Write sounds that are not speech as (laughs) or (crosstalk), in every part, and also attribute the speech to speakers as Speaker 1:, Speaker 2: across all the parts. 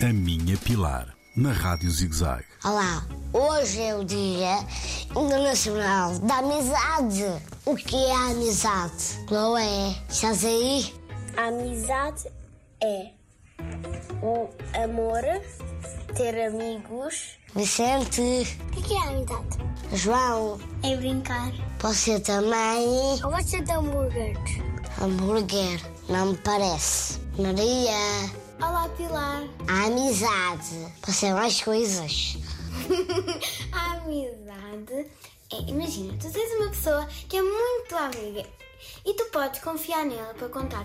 Speaker 1: A Minha Pilar, na Rádio ZigZag.
Speaker 2: Olá, hoje é o Dia Internacional da Amizade. O que é a amizade? Não é? Estás aí?
Speaker 3: A amizade é o amor, ter amigos.
Speaker 2: Vicente,
Speaker 3: O que é a amizade?
Speaker 2: João,
Speaker 3: É brincar.
Speaker 2: você também?
Speaker 3: Eu gosto É de hambúrgueres.
Speaker 2: Hambúrguer, não me parece. Maria,
Speaker 3: Olá, Pilar. (laughs)
Speaker 2: a amizade. Você é mais coisas.
Speaker 3: a amizade é, imagina, tu tens uma pessoa que é muito tua amiga e tu podes confiar nela para contar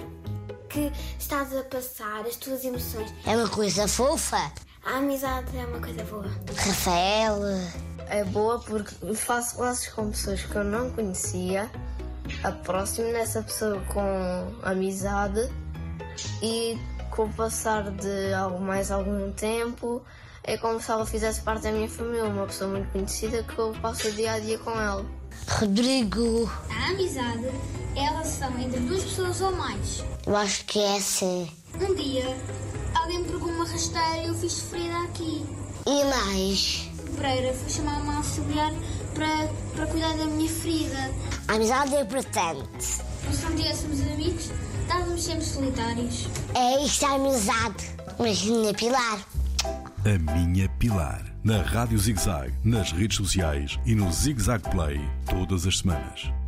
Speaker 3: que estás a passar as tuas emoções.
Speaker 2: É uma coisa fofa.
Speaker 3: A amizade é uma coisa boa.
Speaker 2: Rafael,
Speaker 4: É boa porque faço laços com pessoas que eu não conhecia, aproximo dessa pessoa com amizade e com o passar de algo mais algum tempo é como se ela fizesse parte da minha família, uma pessoa muito conhecida que eu passo o dia a dia com ela.
Speaker 2: Rodrigo.
Speaker 5: A amizade é a relação entre duas pessoas ou mais.
Speaker 2: Eu acho que é assim.
Speaker 5: Um dia, alguém me pegou uma rasteira e eu fiz ferida aqui.
Speaker 2: E mais?
Speaker 5: Pereira foi chamar uma auxiliar para, para cuidar da minha ferida.
Speaker 2: A amizade é importante.
Speaker 5: Mas se não tivéssemos amigos, estávamos sempre solitários.
Speaker 2: É isto a amizade. Imagina Pilar.
Speaker 1: A Minha Pilar, na Rádio ZigZag, nas redes sociais e no ZigZag Play, todas as semanas.